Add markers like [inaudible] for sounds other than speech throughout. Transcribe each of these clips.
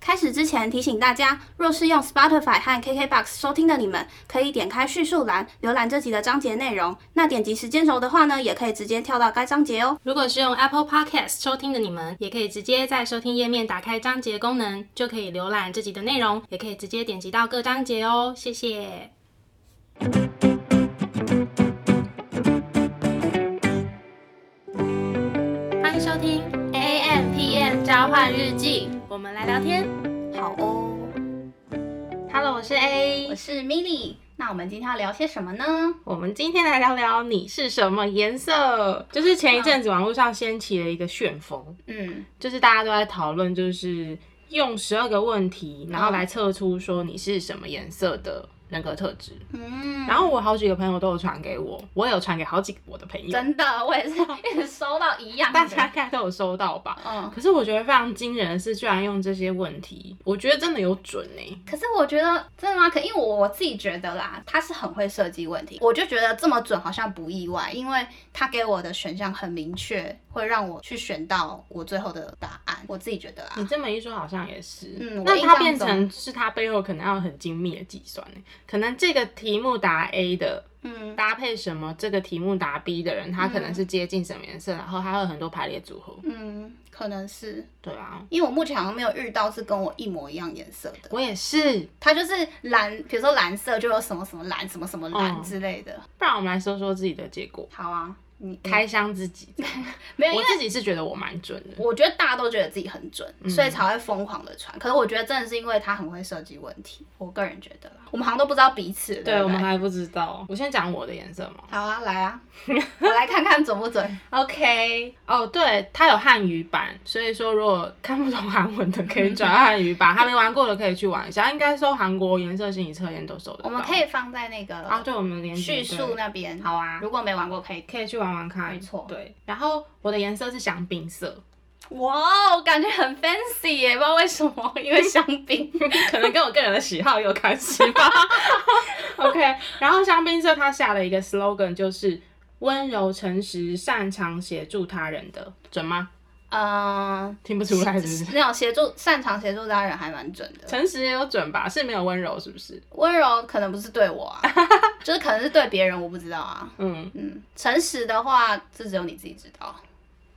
开始之前，提醒大家，若是用 Spotify 和 KKBox 收听的你们，可以点开叙述栏浏览这集的章节内容。那点击时间轴的话呢，也可以直接跳到该章节哦。如果是用 Apple Podcast 收听的你们，也可以直接在收听页面打开章节功能，就可以浏览这集的内容，也可以直接点击到各章节哦。谢谢。欢迎收听 A M P M 交换日记，我们来聊天。好哦， Hello，我是 A，我是 Milly。那我们今天要聊些什么呢？我们今天来聊聊你是什么颜色，就是前一阵子网络上掀起了一个旋风，嗯，就是大家都在讨论，就是用十二个问题，嗯然后来测出说你是什么颜色的人格特质。嗯，然后我好几个朋友都有传给我，我也有传给好几个我的朋友，真的，我也是一直收到一 [laughs] 样的。大家应该都有收到吧？嗯，可是我觉得非常惊人的是，居然用这些问题，我觉得真的有准欸呢、可是我觉得真的吗？可因为我我自己觉得啦，他是很会设计问题，我就觉得这么准好像不意外，因为他给我的选项很明确，会让我去选到我最后的答案。我自己觉得啦，你这么一说，好像也是。啊嗯我那印它象变中成是它背后可能要很精密的计算呢。可能这个题目答 A 的嗯搭配什么，这个题目答 B 的人，他可能嗯是接近什么颜色，然后他会有很多排列组合。嗯，可能是对啊，因为我目前好像没有遇到是跟我一模一样颜色的，我也是。它就是蓝，比如说蓝色就有什么什么蓝，什么什么蓝嗯之类的。不然我们来说说自己的结果，好啊，你开箱自己。 [laughs] 没有？因我为自己是觉得我蛮准的。我觉得大家都觉得自己很准，所嗯以才会疯狂的传。可是我觉得真的是因为他很会设计问题，我个人觉得啦，我们好像都不知道彼此。对不对，对，我们还不知道。我先讲我的颜色嘛。好啊，来啊，我来看看准不 [laughs] 准。 OK，哦，对，它有汉语版，所以说如果看不懂韩文的可以转到汉 [laughs] 语版，还没玩过的可以去玩一下。应该搜韩国颜色心理测验都搜得到。我们可以放在那个啊，对，我们的连叙接述对那边。好啊如果没玩过可以。可以去玩玩看。没错对。然后我的颜色是香槟色，哇，我感觉很 fancy 耶，不知道为什么，因为香槟。 [laughs] 可能跟我个人的喜好有关系吧。OK，然后香槟色它下了一个 slogan 就是温柔、诚实、擅长协助他人的，准吗？嗯，听不 [laughs] 出来是不是？那种协助擅长协助他人还蛮准的，诚实也有准吧，是没有温柔是不是？温柔可能不是对我 [laughs] 啊，就是可能是对别人，我不知道啊。嗯，嗯，诚实的话，这只有你自己知道。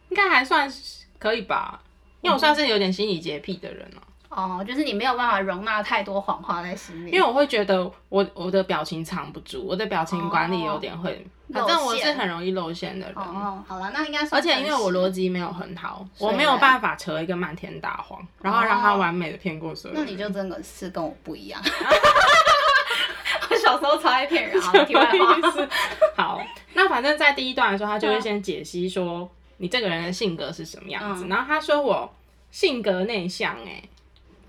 应该还算是可以吧，因为我算是有点心理洁癖的人哦、哦，就是你没有办法容纳太多谎话在心里，因为我会觉得我我的表情藏不住，我的表情管理有点会，反正我露是馅很容易露馅的人，哦，好了，那应该是而且因为我诚实，逻辑没有很好，所以我呢哦没有办法扯一个漫天大谎，然后让他完美的骗过所有那人。你就真的是跟我不一 [laughs] 样。我小时候超爱骗人啊， [laughs] 题外话。好，那反正在第一段的时候，他就啊会先解析说你这个人的性格是什么样子，嗯然后他说我性格内向、欸，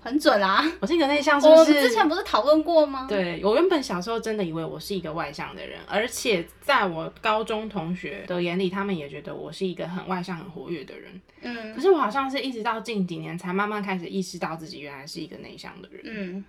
很准啊！我性格内向是我不们之是？前不是讨论过吗？对我原本小时候真的以为我是一个外向的人，而且在我高中同学的眼里，他们也觉得我是一个很外向、很活跃的人。嗯可是我好像是一直到近几年才慢慢开始意识到自己原来是一个内向的人。嗯，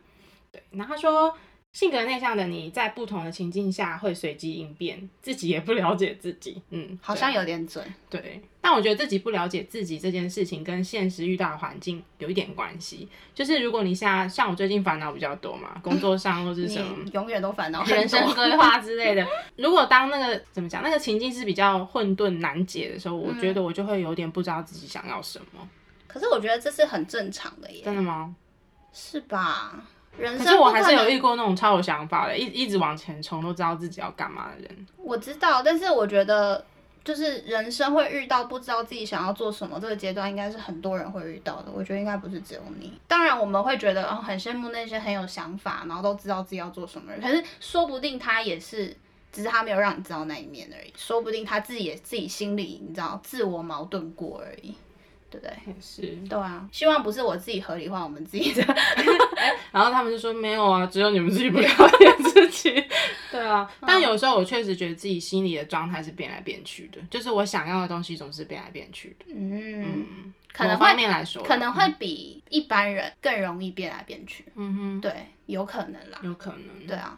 对，然后他说。性格内向的你，在不同的情境下会随机应变，自己也不了解自己。嗯，好像有点准。对对。但我觉得自己不了解自己这件事情，跟现实遇到的环境有一点关系。就是如果你现在像我最近烦恼比较多嘛，工作上或是什么， [laughs] 你永远都烦恼很多人生规划之类的。如果当那个怎么讲，那个情境是比较混沌难解的时候，我嗯觉得我就会有点不知道自己想要什么。可是我觉得这是很正常的耶，真的吗？是吧？人可生是我不还可是有能遇过那种超有想法的，一一直往前冲，都知道自己要干嘛的人。我知道，但是我觉得就是人生会遇到不知道自己想要做什么这个阶段，应该是很多人会遇到的。我觉得应该不是只有你。当然，我们会觉得哦，很羡慕那些很有想法，然后都知道自己要做什么人。可是说不定他也是，只是他没有让你知道那一面而已。说不定他自己也自己心里你知道自我矛盾过而已，对不对？也是。对啊，希望不是我自己合理化我们自己的。 [laughs] 然后他们就说没有啊，只有你们自己不了解 [laughs] 自己。对啊，但有时候我确实觉得自己心里的状态是变来变去的，就是我想要的东西总是变来变去的。嗯，嗯，可能某会方面来说，可能会比一般人更容易变来变去。嗯对，有可能啦。哼，有可能。对啊，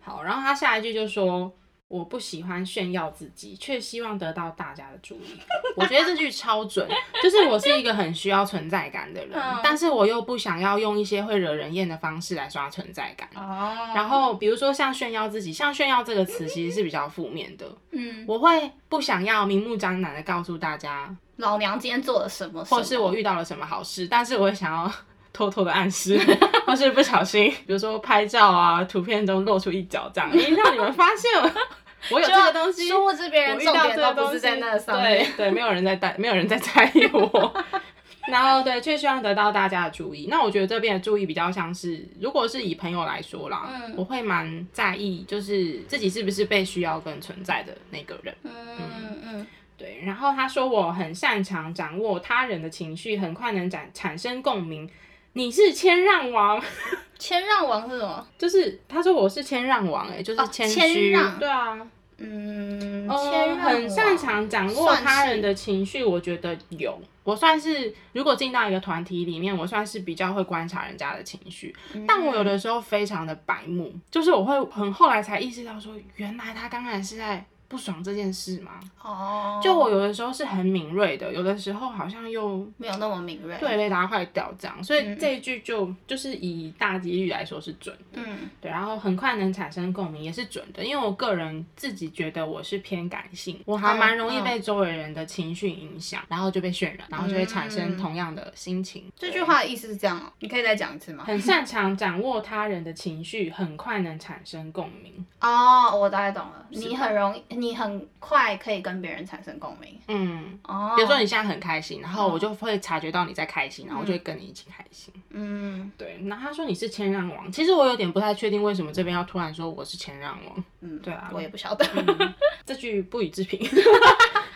好，然后他下一句就说：“我不喜欢炫耀自己，却希望得到大家的注 [laughs] 意。我觉得这句超准，就是我是一个很需要存在感的人，嗯但是我又不想要用一些会惹人厌的方式来刷存在感。哦，然后比如说像炫耀自己，像炫耀这个词其实是比较负面的，嗯，我会不想要明目张胆的告诉大家，老娘今天做了什么什么，或是我遇到了什么好事，但是我会想要 [laughs] 偷偷的暗 [laughs] 示，或是不小心，比如说拍照啊，图片中露出一角这样，诶让你们发现了 [laughs] 我有就这个东西。殊不知别人我遇重到点这都个不东是西在那上面。对对，没有人在在，没有人在在意我。 [laughs] 然后对，却希望得到大家的注意。那我觉得这边的注意比较像是，如果是以朋友来说啦，嗯我会蛮在意，就是自己是不是被需要跟存在的那个人。嗯嗯对，然后他说我很擅长掌握他人的情绪，很快能产产生共鸣。你是谦让王， [laughs] 嗯，谦让王是什么？就是他说我是谦让王、欸，哎，就是哦谦谦虚，让对啊，嗯，呃谦让王很擅长掌握算他是人的情绪，我觉得有。我算是，如果进到一个团体里面，我算是比较会观察人家的情绪，嗯但我有的时候非常的白目，就是我会很后来才意识到说，原来他刚才是在不爽这件事吗？哦，就我有的时候是很敏锐的，有的时候好像又没有那么敏锐。，对被打坏掉这样，所以嗯这一句就就是以大几率来说是准的，嗯对，然后很快能产生共鸣也是准的，因为我个人自己觉得我是偏感性，我还蛮容易被周围人的情绪影响，然后就被渲嗯染，然后就会产生同样的心情。这对句话的意思是这样哦，你可以再讲一次吗？很擅长掌握他人的情绪，很快能产生共鸣。哦，我大概懂了。你很容易，你很快可以跟别人产生共鸣。嗯。哦，比如说你现在很开心，然后我就会察觉到你在开心，然后我就会跟你一起开心。嗯对，那他说你是谦让王，其实我有点不太确定为什么这边要突然说我是谦让王，嗯，对啊我也不晓得。 [laughs] 这句不予置评。 [laughs]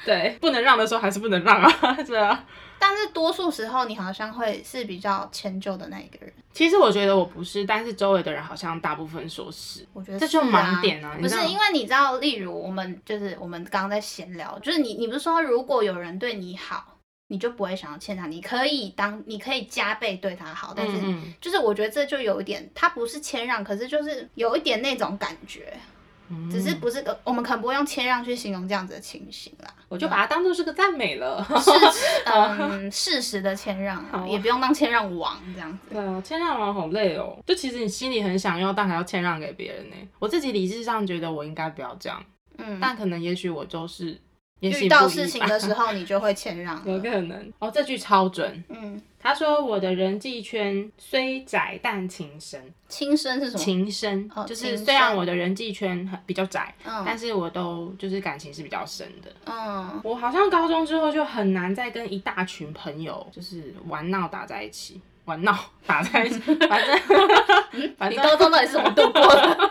对，不能让的时候还是不能让啊， [laughs] 是啊。但是多数时候，你好像会是比较迁就的那一个人。其实我觉得我不是，但是周围的人好像大部分说是。我觉得这是就啊盲点啊你不知道是吗因为你知道，例如我们就是我们刚刚在闲聊，就是你你不是说如果有人对你好，你就不会想要欠他，你可以当你可以加倍对他好，但是。嗯嗯就是我觉得这就有一点，他不是谦让，可是就是有一点那种感觉，嗯只是不是呃我们可能不会用谦让去形容这样子的情形啦。我就把它当做是个赞美了。 [laughs] 嗯，适时的谦让啊，也不用当谦让王这样子。对啊，谦让王好累哦。就其实你心里很想要，但还要谦让给别人呢。我自己理智上觉得我应该不要这样，嗯，但可能也许我就是，也许遇到不一事情吧的时候你就会谦让 [laughs] 有了。可能哦。这句超准，嗯，他说：“我的人际圈虽窄，但情深。轻声是什么？情深、哦就是情深虽然我的人际圈很比较窄，但嗯是我都就是感情是比较深的。嗯，我好像高中之后就很难再跟一大群朋友就是玩闹打在一起，玩闹打在 [laughs] 一起，反正反你正高中到底是怎么度过的？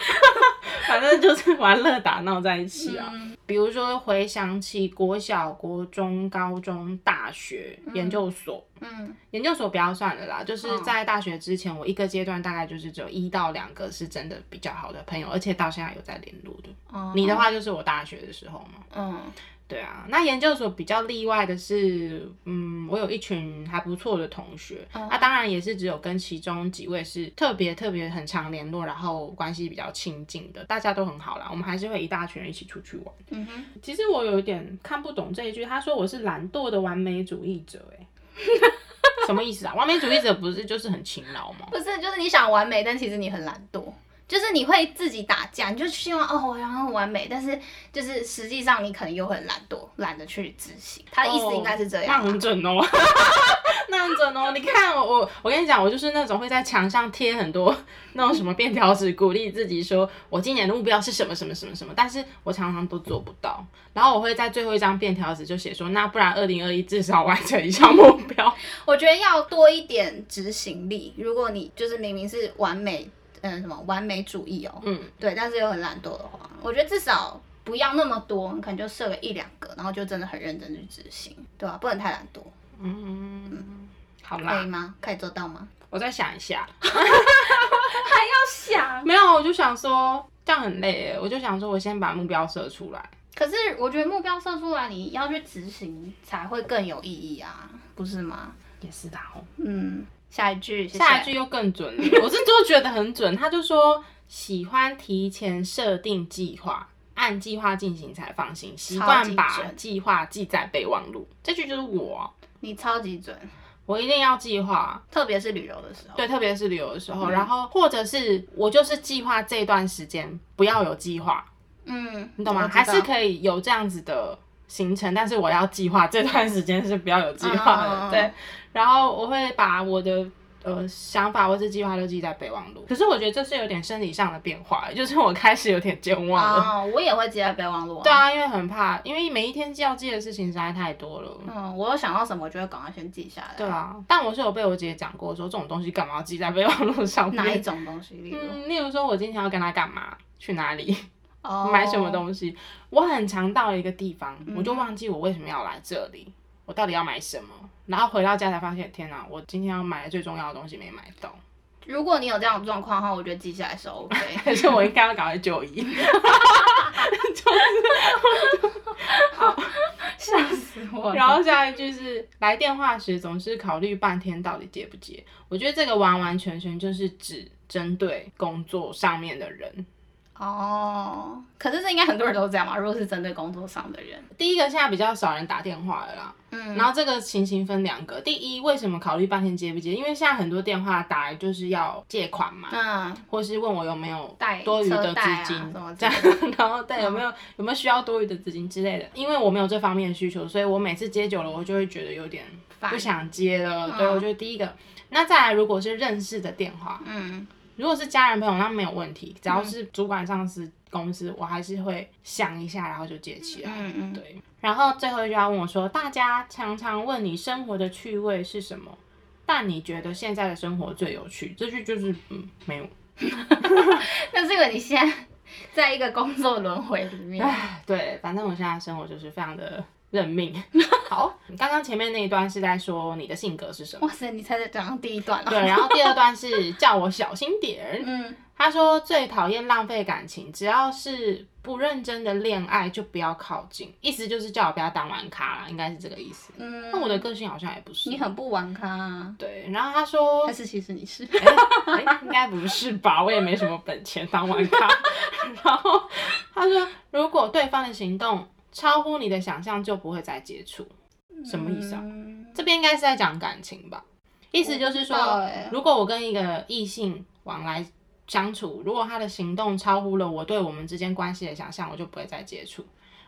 [laughs] 反正就是玩乐打闹在一起啊。嗯比如说回想起国小、国中、高中、大学、研究所。嗯研究所不要算了啦，就是嗯在大学之前，我一个阶段大概就是只有一到两个是真的比较好的朋友，而且到现在有在联络的。哦你的话就是我大学的时候嘛，嗯对啊。那研究所比较例外的是，嗯，我有一群还不错的同学，哦那、当然也是只有跟其中几位是特别特别很常联络，然后关系比较亲近的，大家都很好啦。我们还是会一大群人一起出去玩。嗯哼，其实我有一点看不懂这一句，他说我是懒惰的完美主义者、欸， [laughs] 什么意思啊？完美主义者不是就是很勤劳吗？不是，就是你想完美，但其实你很懒惰。就是你会自己打架，你就希望哦，我想要很完美，但是就是实际上你可能又很懒惰，懒得去执行。他的意思应该是这样啊那吧。很准哦， [laughs] 那很准哦。你看我，我我跟你讲，我就是那种会在墙上贴很多 [laughs] 那种什么便条纸，鼓励自己说我今年的目标是什么什么什么什么，但是我常常都做不到。然后我会在最后一张便条纸就写说，那不然二零二一至少完成一项目标。 [laughs] 我觉得要多一点执行力。如果你就是明明是完美，嗯，什么完美主义哦，嗯，对，但是又很懒惰的话，我觉得至少不要那么多，你可能就设个一两个，然后就真的很认真去执行，对吧、不能太懒惰，嗯，好可以啦，吗？可以做到吗？我再想一下。还要想。没有，我就想说这样很累耶，我就想说我先把目标设出来。可是我觉得目标设出来，你要去执行才会更有意义啊，不是吗？也是的哦，嗯，下一句，谢谢下一句又更准了，我是就觉得很准。他就说喜欢提前设定计划，按计划进行才放心，习超惯级把准计划记在备忘录。这句就是我啊，你超级准，我一定要计划。特别是旅游的时候。对，特别是旅游的时候，哦嗯然后或者是我就是计划这段时间不要有计划，嗯，你懂吗？我知还是道可以有这样子的行程，但是我要计划这段时间是不要有计划的，嗯嗯嗯对。然后我会把我的呃想法或是计划都记在备忘录。可是我觉得这是有点生理上的变化，就是我开始有点健忘了。哦，我也会记在备忘录、啊。对，啊，因为很怕，因为每一天要记的事情实在太多了。嗯，我有想到什么，我就会赶快先记下来。对，啊，但我是有被我姐姐讲过说，这种东西干嘛要记在备忘录上面？哪一种东西？例如、嗯，例如说，我今天要跟她干嘛，去哪里，哦，买什么东西。我很常到一个地方，嗯我就忘记我为什么要来这里，我到底要买什么。然后回到家才发现，天哪，我今天要买的最重要的东西没买到，如果你有这样的状况的话，我觉得记下来是 OK。 [laughs] 可是我应该要赶快就医。 [laughs] 笑死我然后下一句是来电话时总是考虑半天到底接不接。我觉得这个完完全全就是只针对工作上面的人。哦，可是这应该很多人都这样嘛。如果是针对工作上的人，第一个现在比较少人打电话了啦，嗯，然后这个情形分两个。第一，为什么考虑半天接不接？因为现在很多电话打来就是要借款嘛，那或是问我有没有贷多余嗯的车资贷啊金，什么之这样类，然后对有没有有没有需要多余的资金之类的。因为我没有这方面的需求，所以我每次接久了，我就会觉得有点烦不想接了。对，嗯我觉得第一个，那再来，如果是认识的电话，嗯，如果是家人朋友，那没有问题，只要是主管、上司、公司，我还是会想一下，然后就接起来。嗯嗯对，然后最后一句要问我说，大家常常问你生活的趣味是什么，但你觉得现在的生活最有趣？这句就是嗯，没有。那这个你现在在一个工作轮回里面，唉，对，反正我现在生活就是非常的认命。 [laughs] 好，刚刚前面那一段是在说你的性格是什 [laughs] 么，哇塞，你才在讲到第一段对，了。然后第二段是叫我小心点儿。嗯，他说最讨厌浪费感情，只要是不认真的恋爱就不要靠近，意思就是叫我不要当玩咖啦，应该是这个意思。嗯那我的个性好像也不是，你很不玩咖、啊，对。然后他说但，是其实你是，哎、应该不是吧？我也没什么本钱当玩咖。 [laughs] 然后他说，如果对方的行动超乎你的想象，就不会再接触。什么意思啊？嗯这边应该是在讲感情吧？意思就我是不知道说欸，如果我跟一个异性往来相处，如果他的行动超乎了我对我们之间关系的想象，我就不会再接触。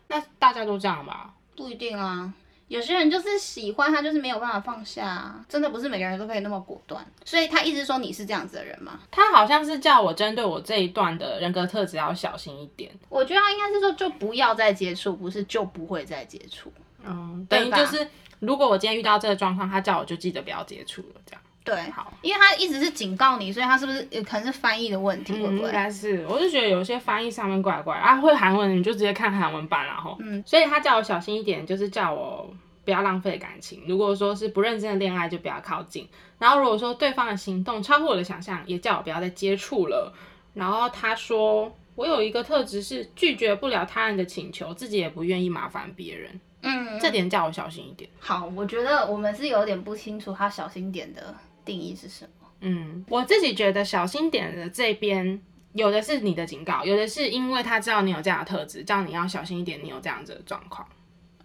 那大家都这样吧？不一定啊。有些人就是喜欢他，就是没有办法放下啊、真的不是每个人都可以那么果断。所以他一直说你是这样子的人嘛？他好像是叫我针对我这一段的人格特质要小心一点。我觉得他应该是说就不要再接触，不是就不会再接触。嗯，哦对等于吧就是，如果我今天遇到这个状况，他叫我就记得不要接触了，这样。对，好，因为他一直是警告你，所以他是不是也可能是翻译的问题？会不嗯应会？该是，我就觉得有些翻译上面怪怪啊，会韩文你就直接看韩文版啦吼。嗯，所以他叫我小心一点，就是叫我不要浪费感情。如果说是不认真的恋爱，就不要靠近。然后如果说对方的行动超乎我的想象，也叫我不要再接触了。然后他说。我有一个特质是拒绝不了他人的请求，自己也不愿意麻烦别人，嗯，这点叫我小心一点。好，我觉得我们是有点不清楚他小心点的定义是什么。嗯，我自己觉得小心点的这边，有的是你的警告，有的是因为他知道你有这样的特质，叫你要小心一点，你有这样子的状况。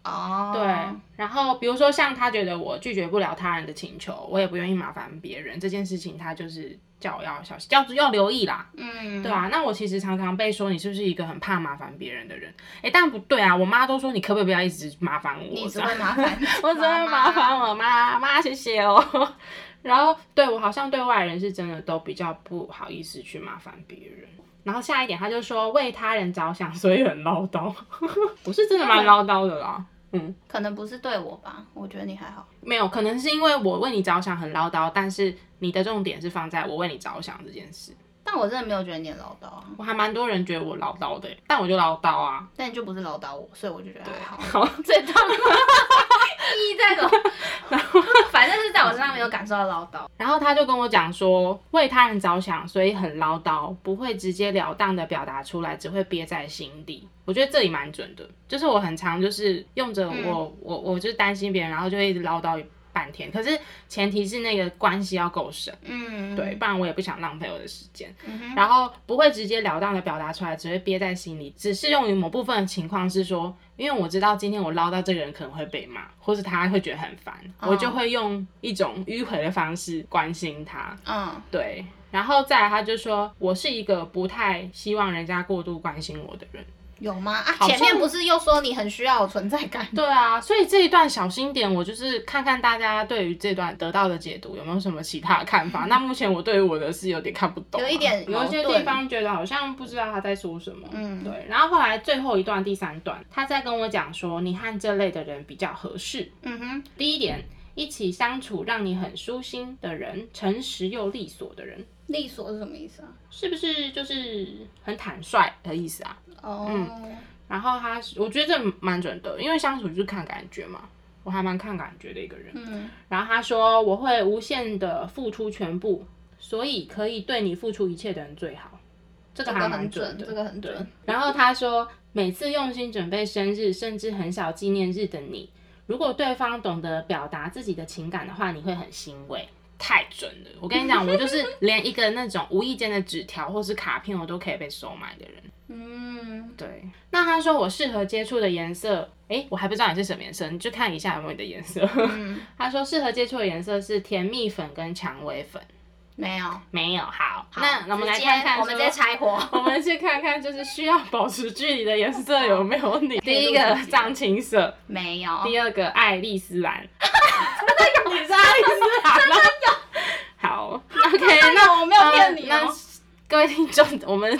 哦，对，然后比如说像他觉得我拒绝不了他人的请求，我也不愿意麻烦别人这件事情，他就是叫我要小心，要要留意啦。嗯，对啊，那我其实常常被说你是不是一个很怕麻烦别人的人？哎，但不对啊，我妈都说你可不可以不要一直麻烦我？你只这样会麻 [laughs] 烦， [laughs] 我只会麻烦。我妈妈，谢谢哦。 [laughs] 然后对我好像对外人是真的都比较不好意思去麻烦别人。然后下一点，他就说为他人着想，所以很唠叨。 [laughs] 我是真的蛮唠叨的啦，可能不是对我吧，我觉得你还好。没有，可能是因为我为你着想很唠叨，但是你的重点是放在我为你着想这件事。但我真的没有觉得你很唠叨啊，我还蛮多人觉得我唠叨的，但我就唠叨啊。 [laughs] 但你就不是唠叨我，所以我就觉得还 [laughs] 好。好，最痛的意义在什么？ [laughs] 反正是在我身上没有感受到唠叨。然后他就跟我讲说，为他人着想，所以很唠叨，不会直截了当的表达出来，只会憋在心底。我觉得这里蛮准的，就是我很常就是用着我、我我就是担心别人，然后就会一直唠叨半天。可是前提是那个关系要够深，嗯，对，，不然我也不想浪费我的时间。嗯哼，然后不会直截了当的表达出来，只会憋在心里，只适用于某部分的情况是说，因为我知道今天我唠到这个人可能会被骂，或是他会觉得很烦，哦我就会用一种迂回的方式关心他。嗯，对，然后再来他就说，我是一个不太希望人家过度关心我的人。有吗？啊，好像前面不是又说你很需要有存在感？ [laughs] 对啊，所以这一段小心点，我就是看看大家对于这段得到的解读有没有什么其他的看 [laughs] 法。那目前我对于我的是有点看不懂啊、有一点有一些矛盾地方觉得好像不知道他在说什么。嗯对。然后后来最后一段第三段，他在跟我讲说，你和这类的人比较合适。嗯哼，第一点，一起相处让你很舒心的人，诚实又利索的人，利索是什么意思啊？是不是就是很坦率的意思啊？哦，然后他是，我觉得这蛮准的，因为相处就是看感觉嘛。我还蛮看感觉的一个人，嗯，然后他说我会无限的付出全部，所以可以对你付出一切的人最好。这个这个还很蛮准的，这个很准对。然后他说，每次用心准备生日，甚至很少纪念日的你，如果对方懂得表达自己的情感的话，你会很欣慰。太准了！我跟你讲，我就是连一个那种无意间的纸条或是卡片，我都可以被收买的人。嗯，对，那他说我适合接触的颜色，诶，我还不知道你是什么颜色，你就看一下有没有你的颜色。 [laughs] 他说适合接触的颜色是甜蜜粉跟蔷薇粉，没有。没有。好，好那我们来直接看看，我们直接。拆火。 [laughs] [laughs] 我们去看看，就是需要保持距离的颜色有没有 [laughs] 你？第可一以个录自己藏青色，没有，第二个爱丽丝蓝， [laughs] 真的 [laughs] 有，你是爱丽丝蓝吗？[laughs] [laughs] 好，OK，那哎那我没 [laughs] 有骗你呃那哦。各位听众，[laughs] 我们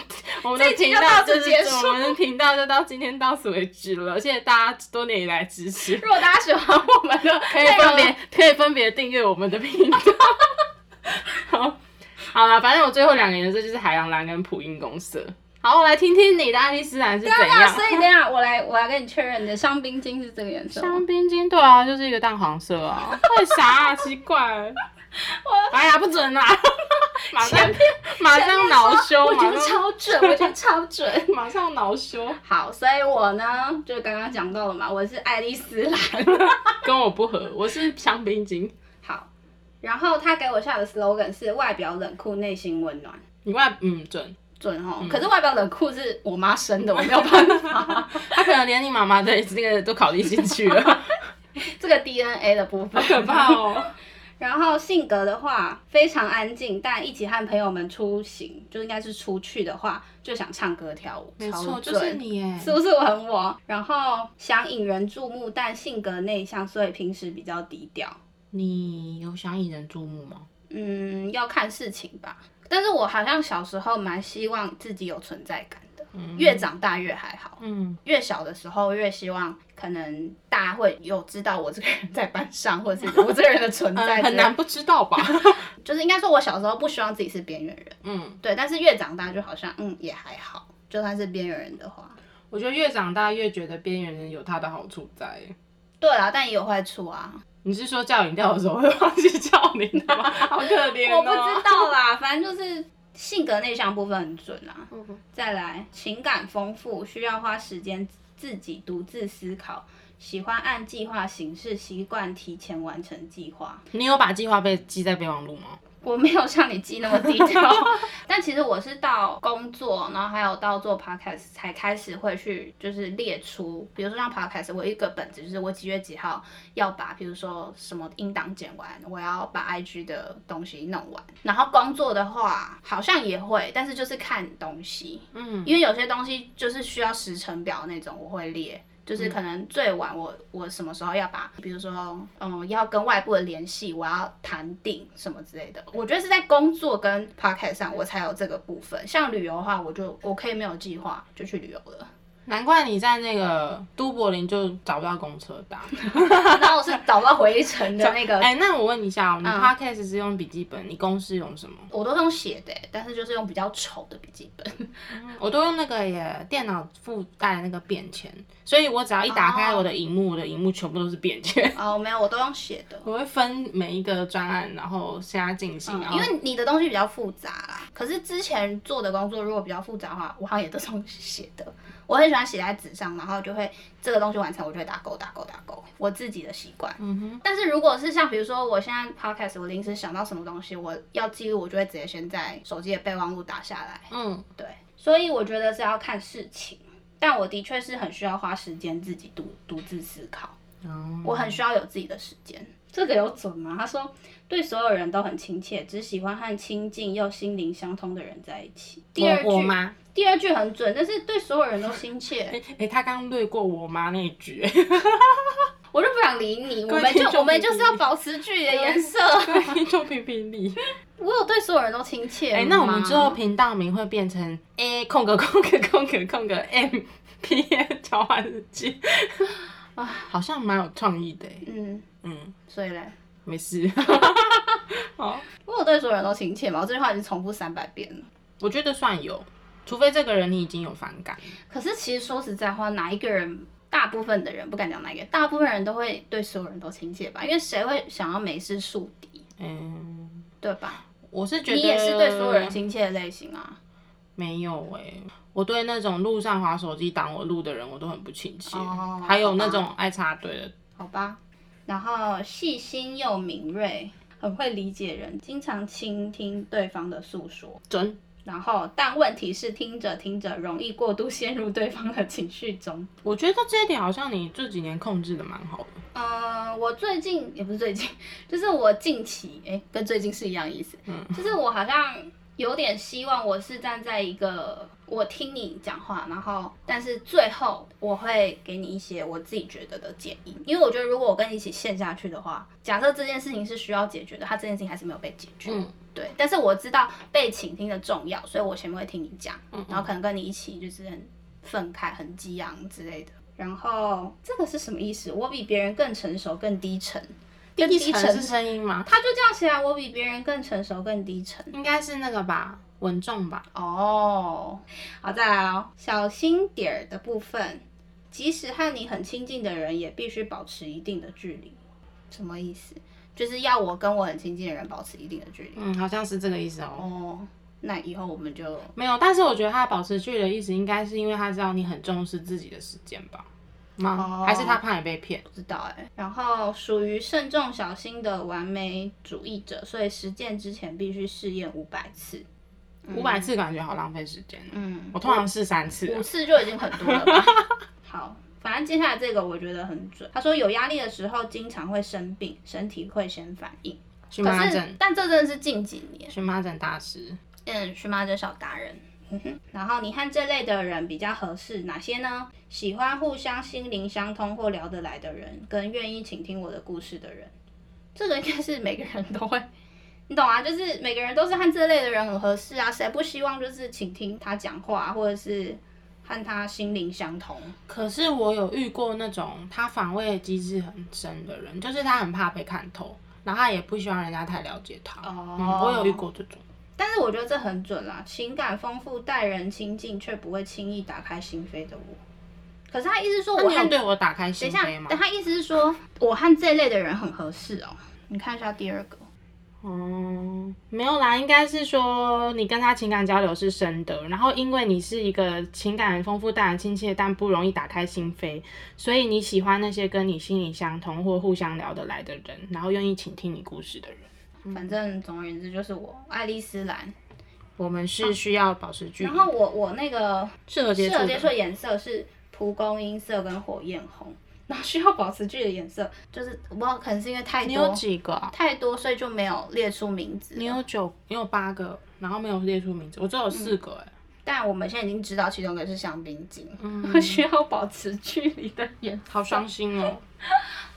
我们这的一集频就道到此是结束我们的频道就到今天到此为止了，谢谢大家多年以来 [laughs] 支持，如果大家喜欢我们的，可以分别哦可以分别订阅我们的频道。 [laughs] 好，好了，反正我最后两个颜色就是海洋蓝跟普英公色。好，我来听听你的爱丽丝蓝是怎对啊，样所。以等一下我来，我来跟你确认，你的香槟金是这个颜色吗香槟金对啊，就是一个淡黄色啊，为啥啊？[laughs] 奇怪，哎呀，不准啊！马上马上恼羞，我觉马得上超准，我觉得超准。 [laughs] 马上恼羞，好，所以我呢，就刚刚讲到了嘛，我是爱丽丝蓝。跟我不合，我是香槟金。好，然后他给我下的 slogan 是外表冷酷，内心温暖。你外嗯准， [laughs] 准哦，嗯可是外表冷酷是我妈生的，我没有办法， [laughs] 他可能连你妈妈的这个都考虑进去了， [laughs] 好这个 DNA 的部分可怕哦。然后性格的话，非常安静，但一起和朋友们出行，就应该是出去的话，就想唱歌跳舞，超准。你耶是不是我很我？然后想引人注目，但性格内向，所以平时比较低调。你有想引人注目吗？嗯，要看事情吧。但是我好像小时候蛮希望自己有存在感的，越长大越还好。嗯，越小的时候越希望，可能大家会有知道我这个人在班上， [laughs] 或者是我这个人的存在、呃很难，不知道 [laughs] 吧？就是应该说，我小时候不希望自己是边缘人，嗯，对。但是越长大就好像，嗯，也还好，就算是边缘人的话，我觉得越长大越觉得边缘人有他的好处在。对啦，但也有坏处啊。你是说叫饮料的时候会忘记叫你的吗？好可怜哦。我不知道啦， [laughs] 反正就是性格内向部分很准啊。嗯再来，情感丰富，需要花时间自己独自思考，喜欢按计划行事，习惯提前完成计划。你有把计划被记在备忘录吗？我没有像你记那么低调， [laughs] 但其实我是到工作，然后还有到做 podcast 才开始会去就是列出，比如说像 podcast，我有一个本子就是我几月几号要把，比如说什么音档剪完，我要把 IG 的东西弄完。然后工作的话，好像也会，但是就是看东西，嗯，因为有些东西就是需要时程表那种，我会列。就是可能最晚我我什么时候要把，比如说嗯要跟外部的联系，我要谈定什么之类的。我觉得是在工作跟 p o c a s t 上我才有这个部分。像旅游的话，我就我可以没有计划就去旅游了。 [laughs] 难怪你在那个都柏林就找不到公车搭。然后我是找不到回程的那嗯个，哎、那我问你一下哦，你 podcast 是用笔记本，你公司用什么？我都是用写的、欸但是就是用比较丑的笔记本。 [laughs] 我都用那个耶，电脑附带那个便签，所以我只要一打开哦我的荧幕，我的荧幕全部都是便签。 [laughs] 哦，没有，我都用写的。嗯我会分每一个专案，然后现在进行，然后因为你的东西比较复杂啦，可是之前做的工作如果比较复杂的话，我好像也都是用写的。我很喜欢写在纸上，然后就会这个东西完成，我就会打勾打勾打勾，我自己的习惯。嗯哼，但是如果是像比如说我现在 podcast，我临时想到什么东西，我要记录，我就会直接先在手机的备忘录打下来。嗯，对，所以我觉得是要看事情，但我的确是很需要花时间自己独独自思考，哦，我很需要有自己的时间。这个有准吗？他说对所有人都很亲切，只喜欢和亲近又心灵相通的人在一起。第二我我句，妈，第二句很准，但是对所有人都亲切。 [laughs] 哎、哎，他刚略过我妈那一句， [laughs] 我就不想理你，我各位们听就众我们朋友就是要保持距离的颜色。对，听众评 [laughs] 评理。我有对所有人都亲切吗。哎、那我们之后频道名会变成 A 空格空格空格空格 M P A 交换日 [laughs] 记，啊，好像蛮有创意的耶。嗯，嗯，所以嘞，没事。 [laughs] 好，我有对所有人都亲切吗？我这句话已经重复三百遍了。我觉得算有，除非这个人你已经有反感。可是其实说实在话，哪一个人，大部分的人不敢讲哪一个，大部分人都会对所有人都亲切吧？因为谁会想要没事树敌，嗯，对吧？我是觉得你也是对所有人亲切的类型啊。没有哎、我对那种路上滑手机挡我路的人，我都很不亲切。哦还有那种爱插队的，好吧，然后细心又敏锐，很会理解人，经常倾听对方的诉说。准然后，但问题是，听着听着容易过度陷入对方的情绪中。我觉得这一点好像你这几年控制的蛮好的。呃，我最近也不是最近， [laughs] 就是我近期，哎、跟最近是一样的意思，嗯就是我好像有点希望我是站在一个我听你讲话，然后但是最后我会给你一些我自己觉得的建议，因为我觉得如果我跟你一起陷下去的话，假设这件事情是需要解决的，它这件事情还是没有被解决，嗯对，但是我知道被倾听的重要，所以我前面会听你讲，嗯然后可能跟你一起就是很愤慨、很激昂之类的。然后这个是什么意思？我比别人更成熟、更低沉，更低低沉是声音吗？他就这样写啊，我比别人更成熟、更低沉。应该是那个吧，稳重吧。哦，好，再来哦，小心点儿的部分，即使和你很亲近的人，也必须保持一定的距离。什么意思？就是要我跟我很亲近的人保持一定的距离。嗯，好像是这个意思哦。哦，那以后我们就没有，但是我觉得他保持距离的意思，应该是因为他知道你很重视自己的时间吧？吗？哦还是他怕你被骗？不知道哎、然后属于慎重小心的完美主义者，所以实践之前必须试验五百次。五百、次感觉好浪费时间。哦嗯，嗯我通常试三次啊、五次就已经很多了吧。好，反正接下来这个我觉得很准。他说有压力的时候经常会生病，身体会先反应。荨麻可疹是，，但这真的是近几年，荨麻疹大师。嗯，荨麻疹小达人。嗯哼哼然后你和这类的人比较合适，哪些呢？喜欢互相心灵相通或聊得来的人，跟愿意倾听我的故事的人，这个应该是每个人都会，你懂啊？就是每个人都是和这类的人很合适啊，谁不希望就是倾听他讲话，或者是和他心灵相通？可是我有遇过那种他防卫机制很深的人，就是他很怕被看透，然后他也不希望人家太了解他。哦嗯，我有遇过这种。但是我觉得这很准啦，情感丰富、待人亲近却不会轻易打开心扉的我。可是他意思说，那我你和有对我打开心等一扉下，吗但？他意思是说，我和这类的人很合适哦。你看一下第二个，哦，没有啦，应该是说你跟他情感交流是深的，然后因为你是一个情感丰富、淡然亲切，但不容易打开心扉，所以你喜欢那些跟你心理相同或互相聊得来的人，然后愿意倾听你故事的人。反正总而言之就是我爱丽丝蓝，我们是需要保持距离嗯然，后我我那个嗯适合接适触合接触的。的颜色是蒲公英色跟火焰红，然后需要保持距离的颜色就是我不知道可能是因为太你有多几个啊、太多，所以就没有列出名字了。你有九，你有八个，然后没有列出名字，我只有四个哎、但我们现在已经知道其中一个是香槟精，嗯 [laughs] 需要保持距离的颜色，好伤心 [laughs] 哦、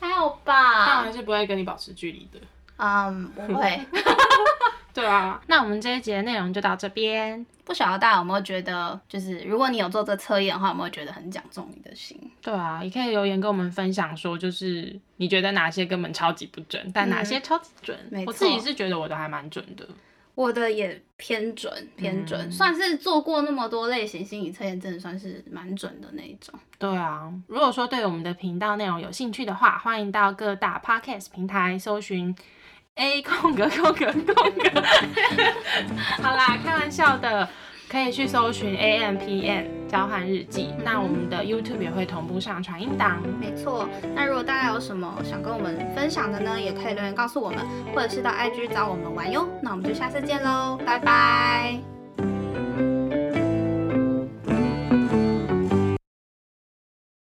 还好但我吧？还是不会跟你保持距离的。嗯，不会。对啊，那我们这一节内容就到这边。不晓得大家有没有觉得，就是如果你有做这测验的话，有没有觉得很讲中你的心？对啊，也可以留言跟我们分享说，就是你觉得哪些根本超级不准，但哪些超级准？嗯没我自己错是觉得我的还蛮准的。我的也偏准，偏准，嗯算是做过那么多类型心理测验，真的算是蛮准的那一种。对啊，如果说对我们的频道内容有兴趣的话，欢迎到各大 podcast 平台搜寻 A 空格空格空格，好啦，开玩笑的，可以去搜寻 A M P N 交换日记。那我们的 YouTube 也会同步上传音档。没错，那如果大家有什么想跟我们分享的呢，也可以留言告诉我们，或者是到 IG 找我们玩哟。那我们就下次见喽，拜拜。